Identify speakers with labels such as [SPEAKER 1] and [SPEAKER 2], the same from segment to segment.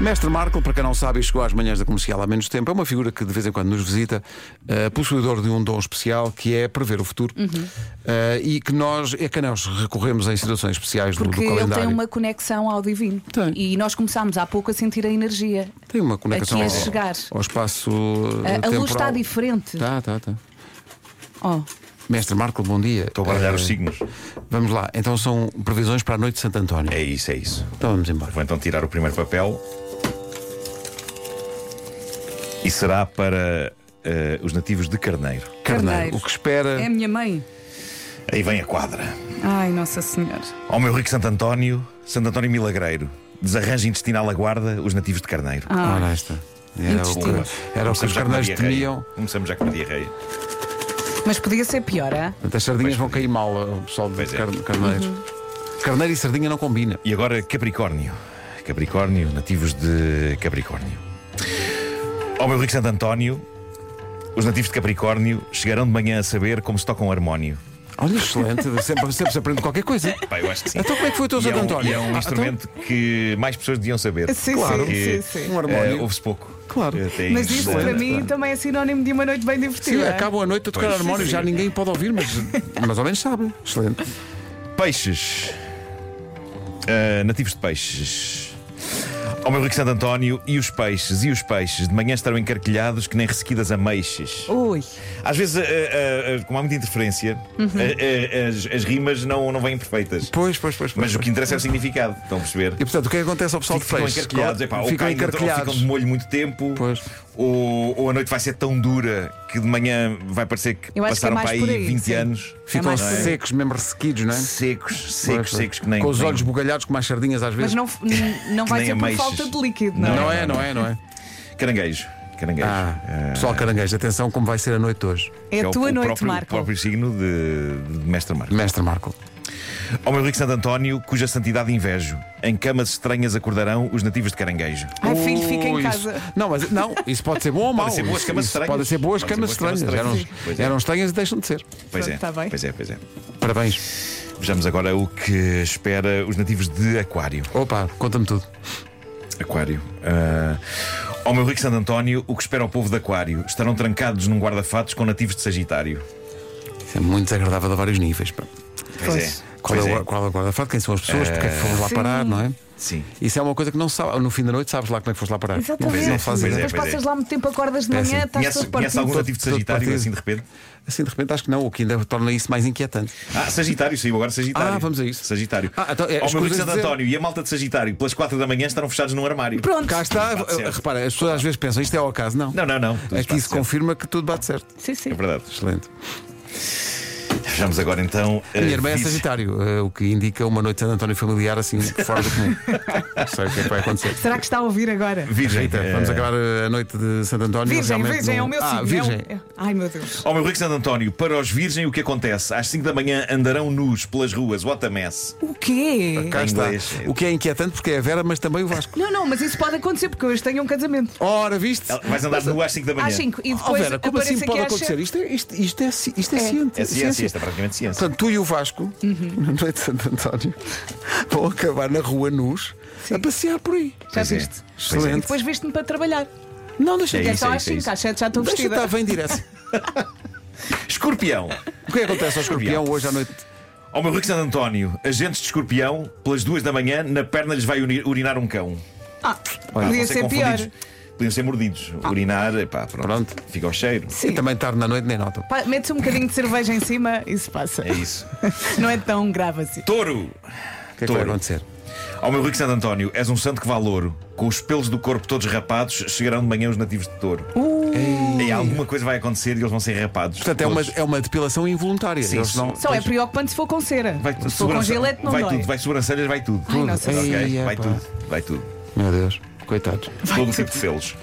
[SPEAKER 1] Mestre Marco, para quem não sabe, e chegou às manhãs da comercial há menos tempo, é uma figura que de vez em quando nos visita, eh, possuidor de um dom especial que é prever o futuro Eh, e que nós, é que nós recorremos em situações especiais do-
[SPEAKER 2] Porque
[SPEAKER 1] do
[SPEAKER 2] ele
[SPEAKER 1] calendário.
[SPEAKER 2] tem uma conexão ao divino.
[SPEAKER 1] Tem.
[SPEAKER 2] E nós começámos há pouco a sentir a energia.
[SPEAKER 1] Tem uma conexão
[SPEAKER 2] Aqui
[SPEAKER 1] ao,
[SPEAKER 2] a chegar.
[SPEAKER 1] ao espaço.
[SPEAKER 2] A,
[SPEAKER 1] eh,
[SPEAKER 2] a
[SPEAKER 1] temporal.
[SPEAKER 2] luz está diferente.
[SPEAKER 1] Tá, tá, tá.
[SPEAKER 2] Oh,
[SPEAKER 1] Mestre Marco, bom dia.
[SPEAKER 3] Estou a baralhar
[SPEAKER 1] Eh,
[SPEAKER 3] os signos.
[SPEAKER 1] Vamos lá, então são previsões para a noite de Santo António.
[SPEAKER 3] É isso, é isso.
[SPEAKER 1] Então vamos embora.
[SPEAKER 3] Vou então tirar o primeiro papel. E será para eh, os nativos de Carneiro.
[SPEAKER 1] Carneiro,
[SPEAKER 2] Carneiro.
[SPEAKER 1] o que espera.
[SPEAKER 2] é a minha mãe.
[SPEAKER 3] Aí vem a quadra.
[SPEAKER 2] Ai, Nossa Senhora.
[SPEAKER 3] Ao meu rico Santo António, Santo António Milagreiro. Desarranjo intestinal aguarda os nativos de Carneiro.
[SPEAKER 1] Ora, aí está. Ah, Era o,
[SPEAKER 2] Ah. Intestino.
[SPEAKER 1] que, era o que
[SPEAKER 3] Começamos
[SPEAKER 1] os
[SPEAKER 3] já com
[SPEAKER 1] carneiros
[SPEAKER 3] a diarreia.
[SPEAKER 1] temiam.
[SPEAKER 3] Começamos já com a diarreia.
[SPEAKER 2] Mas podia ser pior, é?
[SPEAKER 1] Portanto, As sardinhas vão cair mal, o pessoal de
[SPEAKER 3] Pois é.
[SPEAKER 1] car- carneiros.
[SPEAKER 2] Uhum.
[SPEAKER 1] Carneiro e sardinha não combina.
[SPEAKER 3] E agora Capricórnio. Capricórnio, nativos de Capricórnio. Ao meu rico Santo António, os nativos de Capricórnio chegarão de manhã a saber como se toca um harmónio.
[SPEAKER 1] Olha, excelente, sempre, sempre se aprende qualquer coisa.
[SPEAKER 3] Pá, eu acho que sim.
[SPEAKER 1] Então como é que foi o teu
[SPEAKER 3] E é
[SPEAKER 1] Santo
[SPEAKER 3] um-
[SPEAKER 1] António?
[SPEAKER 3] e É um,
[SPEAKER 1] Ah, então-
[SPEAKER 3] instrumento que mais pessoas deviam saber.
[SPEAKER 2] Sim,
[SPEAKER 1] Claro.
[SPEAKER 2] sim, sim,
[SPEAKER 3] Que,
[SPEAKER 2] sim.
[SPEAKER 1] Um harmónio.
[SPEAKER 3] eh, Ouve-se pouco. Eh,
[SPEAKER 1] Claro.
[SPEAKER 3] Até
[SPEAKER 2] Mas isso
[SPEAKER 3] interessante.
[SPEAKER 2] para mim também é sinónimo de uma noite bem
[SPEAKER 1] Sim,
[SPEAKER 2] divertida.
[SPEAKER 1] acabam a noite a tocar
[SPEAKER 3] Pois,
[SPEAKER 1] harmónio,
[SPEAKER 3] sim,
[SPEAKER 1] já
[SPEAKER 3] sim.
[SPEAKER 1] ninguém pode ouvir, mas mais ou menos sabe. Excelente.
[SPEAKER 3] Peixes. Ah, nativos de peixes. Ao meu rico Santo António, e os peixes, e os peixes, de manhã estarão encarquilhados que nem ressequidas ameixes.
[SPEAKER 2] Ui,
[SPEAKER 3] Às vezes, ah, ah, ah, como há muita interferência, ah, ah, as, as rimas não, não vêm perfeitas.
[SPEAKER 1] Pois, pois, pois. pois.
[SPEAKER 3] Mas o que interessa é o significado, estão a perceber?
[SPEAKER 1] E portanto, o que é que acontece ao pessoal de
[SPEAKER 3] Ficam
[SPEAKER 1] peixe?
[SPEAKER 3] encarquilhados, epá, ou,
[SPEAKER 1] ficam
[SPEAKER 3] caem, ou ficam
[SPEAKER 1] encarquilhados.
[SPEAKER 3] de molho muito tempo,
[SPEAKER 1] Pois.
[SPEAKER 3] ou, ou a noite vai ser tão dura que de manhã vai parecer que
[SPEAKER 2] Eu acho que é
[SPEAKER 3] passaram
[SPEAKER 2] mais
[SPEAKER 3] para
[SPEAKER 2] por
[SPEAKER 3] aí,
[SPEAKER 2] aí,
[SPEAKER 3] 20
[SPEAKER 2] sim.
[SPEAKER 3] anos.
[SPEAKER 1] Ficam
[SPEAKER 2] mais por aí.
[SPEAKER 1] secos, mesmo ressequidos, não é?
[SPEAKER 3] é? Secos,
[SPEAKER 1] Pois,
[SPEAKER 3] secos,
[SPEAKER 1] pois.
[SPEAKER 3] secos, que nem.
[SPEAKER 1] Com os
[SPEAKER 3] nem-
[SPEAKER 1] olhos bugalhados, com mais sardinhas às
[SPEAKER 2] mas
[SPEAKER 1] vezes.
[SPEAKER 2] não, não vai
[SPEAKER 3] nem
[SPEAKER 2] ser por
[SPEAKER 3] ameixas.
[SPEAKER 2] falta de líquido, não,
[SPEAKER 3] Não,
[SPEAKER 2] é?
[SPEAKER 1] não é, não é, não é.
[SPEAKER 3] Caranguejo. Caranguejo.
[SPEAKER 1] Ah,
[SPEAKER 3] Ah,
[SPEAKER 1] pessoal caranguejo, atenção como vai ser a noite de hoje.
[SPEAKER 2] É
[SPEAKER 3] que
[SPEAKER 2] a
[SPEAKER 3] o-
[SPEAKER 2] tua
[SPEAKER 3] o
[SPEAKER 2] noite,
[SPEAKER 3] próprio,
[SPEAKER 2] Marco.
[SPEAKER 3] O próprio signo de, de Mestre Marco.
[SPEAKER 1] Mestre Marco.
[SPEAKER 3] Ao meu rico Santo António, cuja santidade invejo, em camas estranhas acordarão os nativos de caranguejo.
[SPEAKER 2] Ai, filho, fica
[SPEAKER 1] Oh,
[SPEAKER 2] em
[SPEAKER 1] isso-
[SPEAKER 2] casa.
[SPEAKER 1] Não, mas não, isso pode ser bom ou mau.
[SPEAKER 3] ser boas
[SPEAKER 1] Isso-
[SPEAKER 3] camas
[SPEAKER 1] isso
[SPEAKER 3] estranhas.
[SPEAKER 1] Podem ser boas
[SPEAKER 3] Podem ser
[SPEAKER 1] camas
[SPEAKER 3] boas camas
[SPEAKER 1] estranhas.
[SPEAKER 3] estranhas.
[SPEAKER 1] Eram,
[SPEAKER 3] Pois é.
[SPEAKER 1] eram estranhas e deixam de ser.
[SPEAKER 3] Pois é,
[SPEAKER 2] Pronto, tá bem.
[SPEAKER 3] pois é, pois é.
[SPEAKER 1] Parabéns.
[SPEAKER 3] Vejamos agora o que espera os nativos de Aquário.
[SPEAKER 1] Opa, conta-me tudo.
[SPEAKER 3] Aquário. Ah, ao meu rico Santo António, o que espera o povo de Aquário? Estarão trancados num guarda-fatos com nativos de Sagitário.
[SPEAKER 1] Isso é muito desagradável a vários níveis. pá.
[SPEAKER 3] Pois,
[SPEAKER 2] Pois.
[SPEAKER 3] é.
[SPEAKER 1] Qual é,
[SPEAKER 3] pois
[SPEAKER 1] o- qual é o guarda-fato? Quem são as pessoas? Porque é que fomos lá
[SPEAKER 2] Sim.
[SPEAKER 1] parar, não é?
[SPEAKER 3] Sim.
[SPEAKER 2] Tá
[SPEAKER 1] Isso é uma coisa que não se sabe. No fim da noite sabes lá como é que foste lá parar.
[SPEAKER 2] Exatamente.
[SPEAKER 1] Não, não
[SPEAKER 3] é,
[SPEAKER 1] fazes
[SPEAKER 3] pois
[SPEAKER 1] ideia.
[SPEAKER 2] Depois passas
[SPEAKER 3] pois
[SPEAKER 2] lá muito tempo, acordas de
[SPEAKER 1] Péssimo.
[SPEAKER 2] manhã, tá estás
[SPEAKER 3] Conhece,
[SPEAKER 2] todo
[SPEAKER 3] conhece algum
[SPEAKER 2] partido.
[SPEAKER 3] nativo de
[SPEAKER 1] Todo- todo
[SPEAKER 3] Sagitário
[SPEAKER 1] partido.
[SPEAKER 3] assim de repente?
[SPEAKER 1] Assim de repente acho que não, o que ainda torna isso mais inquietante.
[SPEAKER 3] Ah, Sagitário, saiu agora Sagitário.
[SPEAKER 1] Ah, vamos a isso.
[SPEAKER 3] Sagitário.
[SPEAKER 1] Ah, então, é,
[SPEAKER 3] Ao meu rico
[SPEAKER 1] escusas
[SPEAKER 3] Santo
[SPEAKER 1] dizer-
[SPEAKER 3] António e a malta de Sagitário, pelas 4 da manhã, estarão fechados num armário.
[SPEAKER 2] Pronto.
[SPEAKER 1] Cá está,
[SPEAKER 3] Bate certo.
[SPEAKER 1] repara, as pessoas às vezes pensam isto é ao acaso, não.
[SPEAKER 3] Não, não, não. Tudo
[SPEAKER 1] Aqui
[SPEAKER 3] está
[SPEAKER 1] se
[SPEAKER 3] certo.
[SPEAKER 1] confirma É que tudo bate certo.
[SPEAKER 2] Sim, sim.
[SPEAKER 3] É verdade.
[SPEAKER 1] Excelente.
[SPEAKER 3] Vejamos agora então.
[SPEAKER 1] A minha irmã é
[SPEAKER 3] vice-
[SPEAKER 1] Sagitário, eh, o que indica uma noite de Santo António familiar assim fora do comum. Não sei o que é que vai acontecer.
[SPEAKER 2] Será que está a ouvir agora?
[SPEAKER 3] Virgem.
[SPEAKER 1] Rita,
[SPEAKER 3] eh,
[SPEAKER 1] vamos acabar eh, a noite de Santo António.
[SPEAKER 2] Virgem,
[SPEAKER 1] Realmente
[SPEAKER 2] virgem,
[SPEAKER 1] não-
[SPEAKER 2] é o meu
[SPEAKER 1] ah,
[SPEAKER 2] signo.
[SPEAKER 1] Virgem.
[SPEAKER 2] é o- Ai, meu Deus.
[SPEAKER 3] Ao meu rico Santo António, para os virgem, o que acontece? Às 5 da manhã andarão nus pelas ruas, what a mess.
[SPEAKER 2] O quê?
[SPEAKER 1] Cá
[SPEAKER 3] Em
[SPEAKER 1] está.
[SPEAKER 3] inglês.
[SPEAKER 1] O que é inquietante porque é a Vera, mas também o Vasco.
[SPEAKER 2] Não, não, mas isso pode acontecer porque hoje tenho um casamento.
[SPEAKER 1] Ora, viste?
[SPEAKER 3] Ela- Vais andar nu às 5 da manhã.
[SPEAKER 2] Às 5 e
[SPEAKER 1] Oh,
[SPEAKER 2] depois
[SPEAKER 1] Vera, como
[SPEAKER 2] aparece
[SPEAKER 1] assim
[SPEAKER 2] aqui
[SPEAKER 1] pode
[SPEAKER 2] às
[SPEAKER 1] acontecer?
[SPEAKER 2] sete.
[SPEAKER 1] Isto é, isto, isto é, ci- isto é, ciente.
[SPEAKER 3] É ciência, isto é praticamente ciência.
[SPEAKER 1] Portanto, tu e o Vasco,
[SPEAKER 2] Uhum.
[SPEAKER 1] na noite de Santo António, vão acabar na rua nus
[SPEAKER 2] Sim.
[SPEAKER 1] a passear por aí.
[SPEAKER 2] Já
[SPEAKER 3] Pois é.
[SPEAKER 2] viste? E
[SPEAKER 1] Excelente.
[SPEAKER 2] depois viste-me para trabalhar.
[SPEAKER 1] Não, deixa
[SPEAKER 3] É
[SPEAKER 2] É
[SPEAKER 3] isso,
[SPEAKER 2] só às
[SPEAKER 3] isso, é
[SPEAKER 2] 5,
[SPEAKER 3] isso.
[SPEAKER 2] às 7 já estou
[SPEAKER 1] Deixa estar
[SPEAKER 2] vestida.
[SPEAKER 1] bem direto.
[SPEAKER 3] Escorpião.
[SPEAKER 1] O que é que acontece ao escorpião hoje à noite?
[SPEAKER 3] Ao meu rico Santo António, agentes de escorpião, pelas 2 da manhã, na perna lhes vai unir- urinar um cão.
[SPEAKER 2] Ah,
[SPEAKER 3] Pá,
[SPEAKER 2] podia
[SPEAKER 3] vão
[SPEAKER 2] ser pior.
[SPEAKER 3] confundidos. Podiam ser mordidos. Urinar, epá, pronto.
[SPEAKER 1] Pronto.
[SPEAKER 3] Fica o cheiro.
[SPEAKER 1] E também tarde na noite nem nota.
[SPEAKER 2] Pá, Metes um bocadinho de cerveja em cima e se passa.
[SPEAKER 3] É isso.
[SPEAKER 2] Não é tão grave assim.
[SPEAKER 3] Touro.
[SPEAKER 1] O que é que vai
[SPEAKER 3] Touro.
[SPEAKER 1] acontecer?
[SPEAKER 3] Ao meu rico Santo António, és um santo que vá louro. Com os pelos do corpo todos rapados, chegarão de manhã os nativos de touro. E alguma coisa vai acontecer e eles vão ser rapados.
[SPEAKER 1] Portanto, é uma,
[SPEAKER 3] Todos.
[SPEAKER 1] é uma depilação involuntária.
[SPEAKER 3] Sim,
[SPEAKER 1] Eles não-
[SPEAKER 2] Só é preocupante se for com cera.
[SPEAKER 3] Vai
[SPEAKER 2] se for com
[SPEAKER 3] sobrancelha-
[SPEAKER 2] gilete, não
[SPEAKER 3] vai
[SPEAKER 2] dói.
[SPEAKER 3] tudo, vai sobrancelhas, vai tudo.
[SPEAKER 2] Ai, nossa
[SPEAKER 3] Ok?
[SPEAKER 1] senhora.
[SPEAKER 3] Vai
[SPEAKER 1] Epá.
[SPEAKER 3] tudo, vai tudo.
[SPEAKER 1] Meu Deus, coitados.
[SPEAKER 3] Todo tipo de pelos.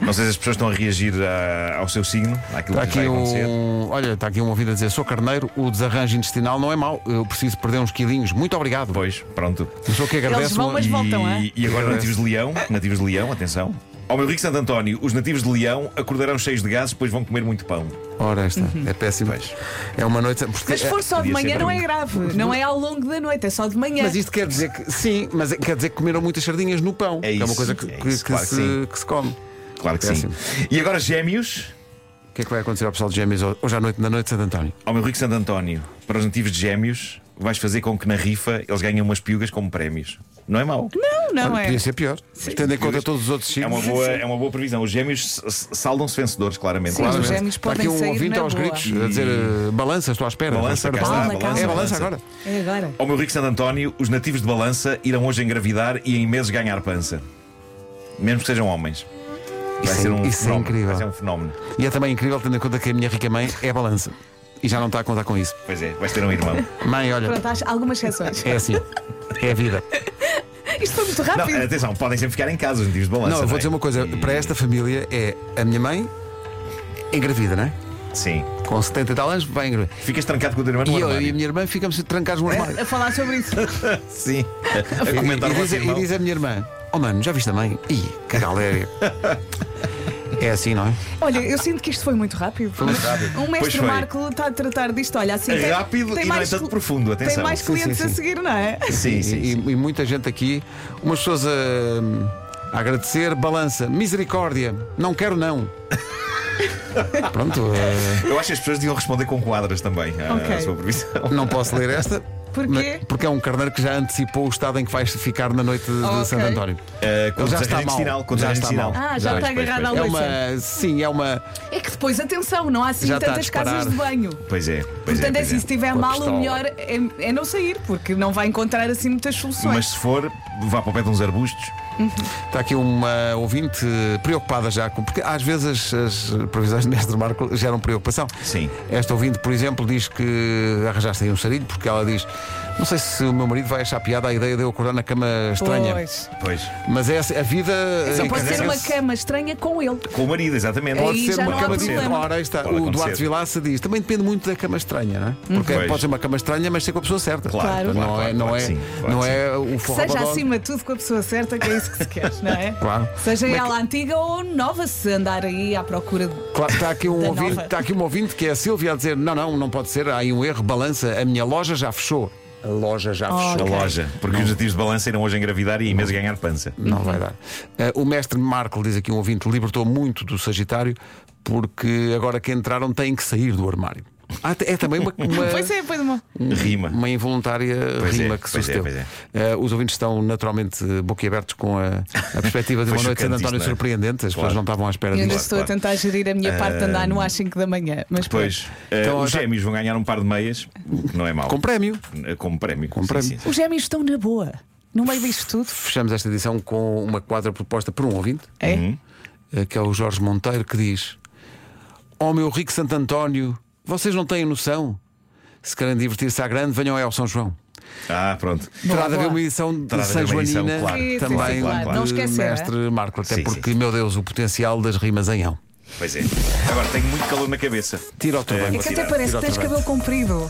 [SPEAKER 3] Não sei se as pessoas estão a reagir a- ao seu signo, àquilo
[SPEAKER 1] Está
[SPEAKER 3] que lhes vai
[SPEAKER 1] Tá aqui
[SPEAKER 3] acontecer.
[SPEAKER 1] um. Olha, está aqui um ouvido a dizer: sou carneiro, o desarranjo intestinal não é mau. Eu preciso perder uns quilinhos. Muito obrigado.
[SPEAKER 3] Pois, pronto.
[SPEAKER 1] Não sou que agradece.
[SPEAKER 2] vão,
[SPEAKER 1] uma-
[SPEAKER 2] mas vão- Voltam,
[SPEAKER 3] e, e agora nativos de leão, nativos de leão, atenção. Ao meu rico Santo António, os nativos de Leão acordarão cheios de gases, pois vão comer muito pão.
[SPEAKER 1] Ora, esta é péssima.
[SPEAKER 3] Uhum. Pois.
[SPEAKER 1] É uma noite. porque-
[SPEAKER 2] Mas se for só de
[SPEAKER 3] Podia
[SPEAKER 2] manhã
[SPEAKER 3] ser
[SPEAKER 2] não é
[SPEAKER 3] muito.
[SPEAKER 2] grave. Não é ao longo da noite, é só de manhã.
[SPEAKER 1] Mas isto quer dizer que. Sim, mas é- quer dizer que comeram muitas sardinhas no pão.
[SPEAKER 3] É
[SPEAKER 1] que é uma
[SPEAKER 3] isso,
[SPEAKER 1] coisa que,
[SPEAKER 3] é
[SPEAKER 1] que-
[SPEAKER 3] isso,
[SPEAKER 1] que
[SPEAKER 3] claro que
[SPEAKER 1] se,
[SPEAKER 3] sim.
[SPEAKER 1] que se come.
[SPEAKER 3] Claro que
[SPEAKER 1] Péssimo.
[SPEAKER 3] sim. E agora gêmeos.
[SPEAKER 1] O que é que vai acontecer ao pessoal de gêmeos hoje à noite, na noite de Santo António?
[SPEAKER 3] Ao meu rico Santo António, para os nativos de gêmeos, vais fazer com que na rifa eles ganhem umas piugas como prémios. Não é mau.
[SPEAKER 2] Não, não
[SPEAKER 1] Olha,
[SPEAKER 2] é.
[SPEAKER 1] Podia ser pior. Tendo em conta todos os outros
[SPEAKER 3] É uma
[SPEAKER 1] signos.
[SPEAKER 3] boa, é uma boa previsão. Os gêmeos s- saldam-se vencedores, claramente.
[SPEAKER 2] Sim, os
[SPEAKER 1] Claramente.
[SPEAKER 2] Os gêmeos
[SPEAKER 1] Está
[SPEAKER 2] podem
[SPEAKER 1] aqui um
[SPEAKER 2] sair
[SPEAKER 1] ouvinte
[SPEAKER 2] na
[SPEAKER 1] aos
[SPEAKER 2] boa.
[SPEAKER 1] gritos a dizer eh, balança, estou à espera.
[SPEAKER 3] Balança, cá
[SPEAKER 1] estou à
[SPEAKER 3] está,
[SPEAKER 1] espera.
[SPEAKER 2] Calma,
[SPEAKER 3] balança,
[SPEAKER 1] É balança
[SPEAKER 3] balança.
[SPEAKER 1] agora.
[SPEAKER 2] É agora.
[SPEAKER 3] Ao meu rico Santo António, os nativos de balança irão hoje engravidar e em meses ganhar pança. Mesmo que sejam homens. Vai
[SPEAKER 1] Isso é-
[SPEAKER 3] ser um
[SPEAKER 1] isso é
[SPEAKER 3] fenómeno.
[SPEAKER 1] incrível.
[SPEAKER 3] Vai ser um fenómeno.
[SPEAKER 1] E é também incrível tendo em conta que a minha rica mãe é balança. E já não está a contar com isso.
[SPEAKER 3] Pois é, vais ter um irmão.
[SPEAKER 1] Mãe, olha,
[SPEAKER 2] Pronto, há algumas exceções.
[SPEAKER 1] é assim. É a vida.
[SPEAKER 2] Isto foi muito
[SPEAKER 3] Não,
[SPEAKER 2] rápido.
[SPEAKER 3] atenção, podem sempre ficar em casa os nativos de balança.
[SPEAKER 1] Não, eu
[SPEAKER 3] não
[SPEAKER 1] vou
[SPEAKER 3] é?
[SPEAKER 1] dizer uma coisa.
[SPEAKER 3] E-
[SPEAKER 1] Para esta família é a minha mãe engravida, não é?
[SPEAKER 3] Sim.
[SPEAKER 1] Com 70 e tal anos, vai engravidar.
[SPEAKER 3] Ficas trancado com o teu irmão no
[SPEAKER 1] E eu
[SPEAKER 3] armário.
[SPEAKER 1] e a minha irmã ficamos trancados no armário.
[SPEAKER 2] A falar sobre isso.
[SPEAKER 3] Sim. A
[SPEAKER 1] E,
[SPEAKER 3] comentar
[SPEAKER 1] e
[SPEAKER 3] o
[SPEAKER 1] diz,
[SPEAKER 3] vosso
[SPEAKER 1] e
[SPEAKER 3] irmão.
[SPEAKER 1] diz a minha irmã: Oh mano, já viste a mãe? Ih, que galéria. é assim, não é?
[SPEAKER 2] Olha, eu sinto que isto foi muito rápido. Foi
[SPEAKER 3] muito rápido.
[SPEAKER 2] Um
[SPEAKER 3] Pois
[SPEAKER 2] mestre
[SPEAKER 3] foi.
[SPEAKER 2] Marco está a tratar disto. Olha, assim. tem-
[SPEAKER 3] Rápido
[SPEAKER 2] tem
[SPEAKER 3] e não é
[SPEAKER 2] mais
[SPEAKER 3] tanto
[SPEAKER 2] cl-
[SPEAKER 3] profundo, atenção.
[SPEAKER 2] Tem mais
[SPEAKER 1] Sim, sim,
[SPEAKER 2] clientes
[SPEAKER 1] sim.
[SPEAKER 2] a seguir, não é?
[SPEAKER 3] Sim,
[SPEAKER 1] E-
[SPEAKER 3] sim.
[SPEAKER 1] e,
[SPEAKER 3] sim.
[SPEAKER 1] e muita gente aqui, umas pessoas a, a agradecer, balança, misericórdia, não quero não. Pronto, eh,
[SPEAKER 3] Eu acho que as pessoas deviam responder com quadras também à, à
[SPEAKER 2] Ok.
[SPEAKER 3] sua previsão.
[SPEAKER 1] não posso ler esta.
[SPEAKER 2] Porquê?
[SPEAKER 1] mas- Porque é um carneiro que já antecipou o estado em que vais ficar na noite de
[SPEAKER 2] Ok.
[SPEAKER 1] Santo António.
[SPEAKER 3] Uh, com
[SPEAKER 1] Ele já
[SPEAKER 3] desarranjo
[SPEAKER 1] está
[SPEAKER 3] de
[SPEAKER 1] mal.
[SPEAKER 3] sinal, com
[SPEAKER 1] Já
[SPEAKER 3] desarranjo de
[SPEAKER 1] está
[SPEAKER 3] sinal.
[SPEAKER 1] mal.
[SPEAKER 2] Ah, já está agarrado à
[SPEAKER 1] É
[SPEAKER 2] luz.
[SPEAKER 1] uma. Sim, é uma.
[SPEAKER 2] É que depois, atenção, não há assim
[SPEAKER 1] Já está a
[SPEAKER 2] tantas
[SPEAKER 1] disparar.
[SPEAKER 2] casas de banho.
[SPEAKER 3] Pois é, pois é.
[SPEAKER 2] Portanto, é
[SPEAKER 3] Pois
[SPEAKER 2] assim, se
[SPEAKER 3] é.
[SPEAKER 2] estiver
[SPEAKER 1] Uma
[SPEAKER 2] mal,
[SPEAKER 1] pistola.
[SPEAKER 2] o melhor é, é não sair, porque não vai encontrar assim muitas soluções.
[SPEAKER 3] Mas se for, vá para o pé de uns arbustos.
[SPEAKER 1] Está aqui uma ouvinte eh, preocupada já com. Porque às vezes as, as previsões do mestre Marco geram preocupação.
[SPEAKER 3] Sim.
[SPEAKER 1] Esta ouvinte, por exemplo, diz que arranjaste aí um sarilho, porque ela diz: Não sei se o meu marido vai achar piada a ideia de eu acordar na cama estranha.
[SPEAKER 2] Pois.
[SPEAKER 3] Pois.
[SPEAKER 1] Mas é a vida.
[SPEAKER 2] Só
[SPEAKER 1] eh,
[SPEAKER 2] pode ser uma cama estranha com ele.
[SPEAKER 3] Com o marido, exatamente.
[SPEAKER 2] Aí
[SPEAKER 1] Pode ser
[SPEAKER 2] já
[SPEAKER 1] uma
[SPEAKER 2] não há
[SPEAKER 1] cama
[SPEAKER 2] problema.
[SPEAKER 1] de Ora, aí está.
[SPEAKER 3] Pode
[SPEAKER 1] o Duarte
[SPEAKER 3] acontecer.
[SPEAKER 1] Vilaça diz: também depende muito da cama estranha, não é? Porque
[SPEAKER 3] Pois.
[SPEAKER 1] pode ser uma cama estranha, mas ser com a pessoa certa.
[SPEAKER 3] Claro,
[SPEAKER 1] Não
[SPEAKER 2] Uhum. Claro.
[SPEAKER 3] claro,
[SPEAKER 1] é,
[SPEAKER 3] claro,
[SPEAKER 1] não
[SPEAKER 3] claro
[SPEAKER 1] é,
[SPEAKER 3] que sim, claro
[SPEAKER 1] não
[SPEAKER 3] que
[SPEAKER 1] é o forró
[SPEAKER 2] Seja assim.
[SPEAKER 1] bodó.
[SPEAKER 2] acima de tudo com a pessoa certa, que é isso que se quer, não é?
[SPEAKER 1] Claro.
[SPEAKER 2] Seja
[SPEAKER 1] Como é que-
[SPEAKER 2] ela antiga ou nova, se andar aí à procura de.
[SPEAKER 1] Claro, está aqui, um
[SPEAKER 2] Da
[SPEAKER 1] ouvinte,
[SPEAKER 2] nova.
[SPEAKER 1] está aqui um ouvinte que é a Silvia a dizer: não, não, não pode ser, há aí um erro, balança, a minha loja já fechou. A loja já
[SPEAKER 2] Oh,
[SPEAKER 1] fechou.
[SPEAKER 3] A
[SPEAKER 2] Ok.
[SPEAKER 3] loja, porque os nativos de balança irão hoje engravidar e em vez de ganhar pança.
[SPEAKER 1] Não vai dar. Eh, o mestre Marco, diz aqui um ouvinte, libertou muito do Sagitário porque agora que entraram têm que sair do armário. Ah, é também uma, uma,
[SPEAKER 2] Pois é, pois não.
[SPEAKER 3] Rima.
[SPEAKER 1] uma involuntária
[SPEAKER 3] Pois é,
[SPEAKER 1] rima que
[SPEAKER 3] pois é,
[SPEAKER 1] sucedeu.
[SPEAKER 3] pois é.
[SPEAKER 1] Eh, os ouvintes estão naturalmente eh, boquiabertos com a, a perspectiva de
[SPEAKER 3] Foi
[SPEAKER 1] uma noite de Santo
[SPEAKER 3] chocante
[SPEAKER 1] António
[SPEAKER 3] isto, não é?
[SPEAKER 1] surpreendente. As pessoas
[SPEAKER 3] Claro.
[SPEAKER 1] não estavam à espera
[SPEAKER 2] Eu ainda
[SPEAKER 1] disso.
[SPEAKER 3] Claro,
[SPEAKER 2] estou
[SPEAKER 3] claro.
[SPEAKER 2] a tentar gerir a minha parte de andar no às 5 da manhã. Mas
[SPEAKER 3] Pois. eh,
[SPEAKER 1] Então,
[SPEAKER 3] os
[SPEAKER 1] já-
[SPEAKER 3] gêmeos vão ganhar um par de meias, que não é mau.
[SPEAKER 1] Com prémio.
[SPEAKER 3] Eh, Como prémio.
[SPEAKER 1] Com
[SPEAKER 3] Sim,
[SPEAKER 1] prémio.
[SPEAKER 3] sim, sim.
[SPEAKER 2] pronto. Os gêmeos estão na boa. No meio disto tudo.
[SPEAKER 1] Fechamos esta edição com uma quadra proposta por um ouvinte.
[SPEAKER 2] É?
[SPEAKER 3] Uhum.
[SPEAKER 1] eh, que é o Jorge Monteiro, que diz: Ó meu rico Santo António, vocês não têm noção? Se querem divertir-se à grande, venham aí ao São João.
[SPEAKER 3] Ah, pronto.
[SPEAKER 1] Terá de
[SPEAKER 2] boa.
[SPEAKER 1] haver uma edição de
[SPEAKER 3] Terá de haver
[SPEAKER 1] San
[SPEAKER 3] uma edição,
[SPEAKER 1] Joanina
[SPEAKER 3] claro.
[SPEAKER 2] Sim, sim,
[SPEAKER 1] também
[SPEAKER 2] sim, claro,
[SPEAKER 1] de
[SPEAKER 2] claro. Não esquecer,
[SPEAKER 1] mestre Marco, até
[SPEAKER 3] Sim,
[SPEAKER 1] porque,
[SPEAKER 3] sim.
[SPEAKER 1] meu Deus, o potencial das rimas em ão.
[SPEAKER 3] Pois é. Agora tenho muito calor na cabeça.
[SPEAKER 1] Tira o
[SPEAKER 3] É
[SPEAKER 1] turbante.
[SPEAKER 2] É que até
[SPEAKER 3] Tirar,
[SPEAKER 2] parece
[SPEAKER 1] tirar
[SPEAKER 2] que tens
[SPEAKER 1] outra
[SPEAKER 2] cabelo comprido.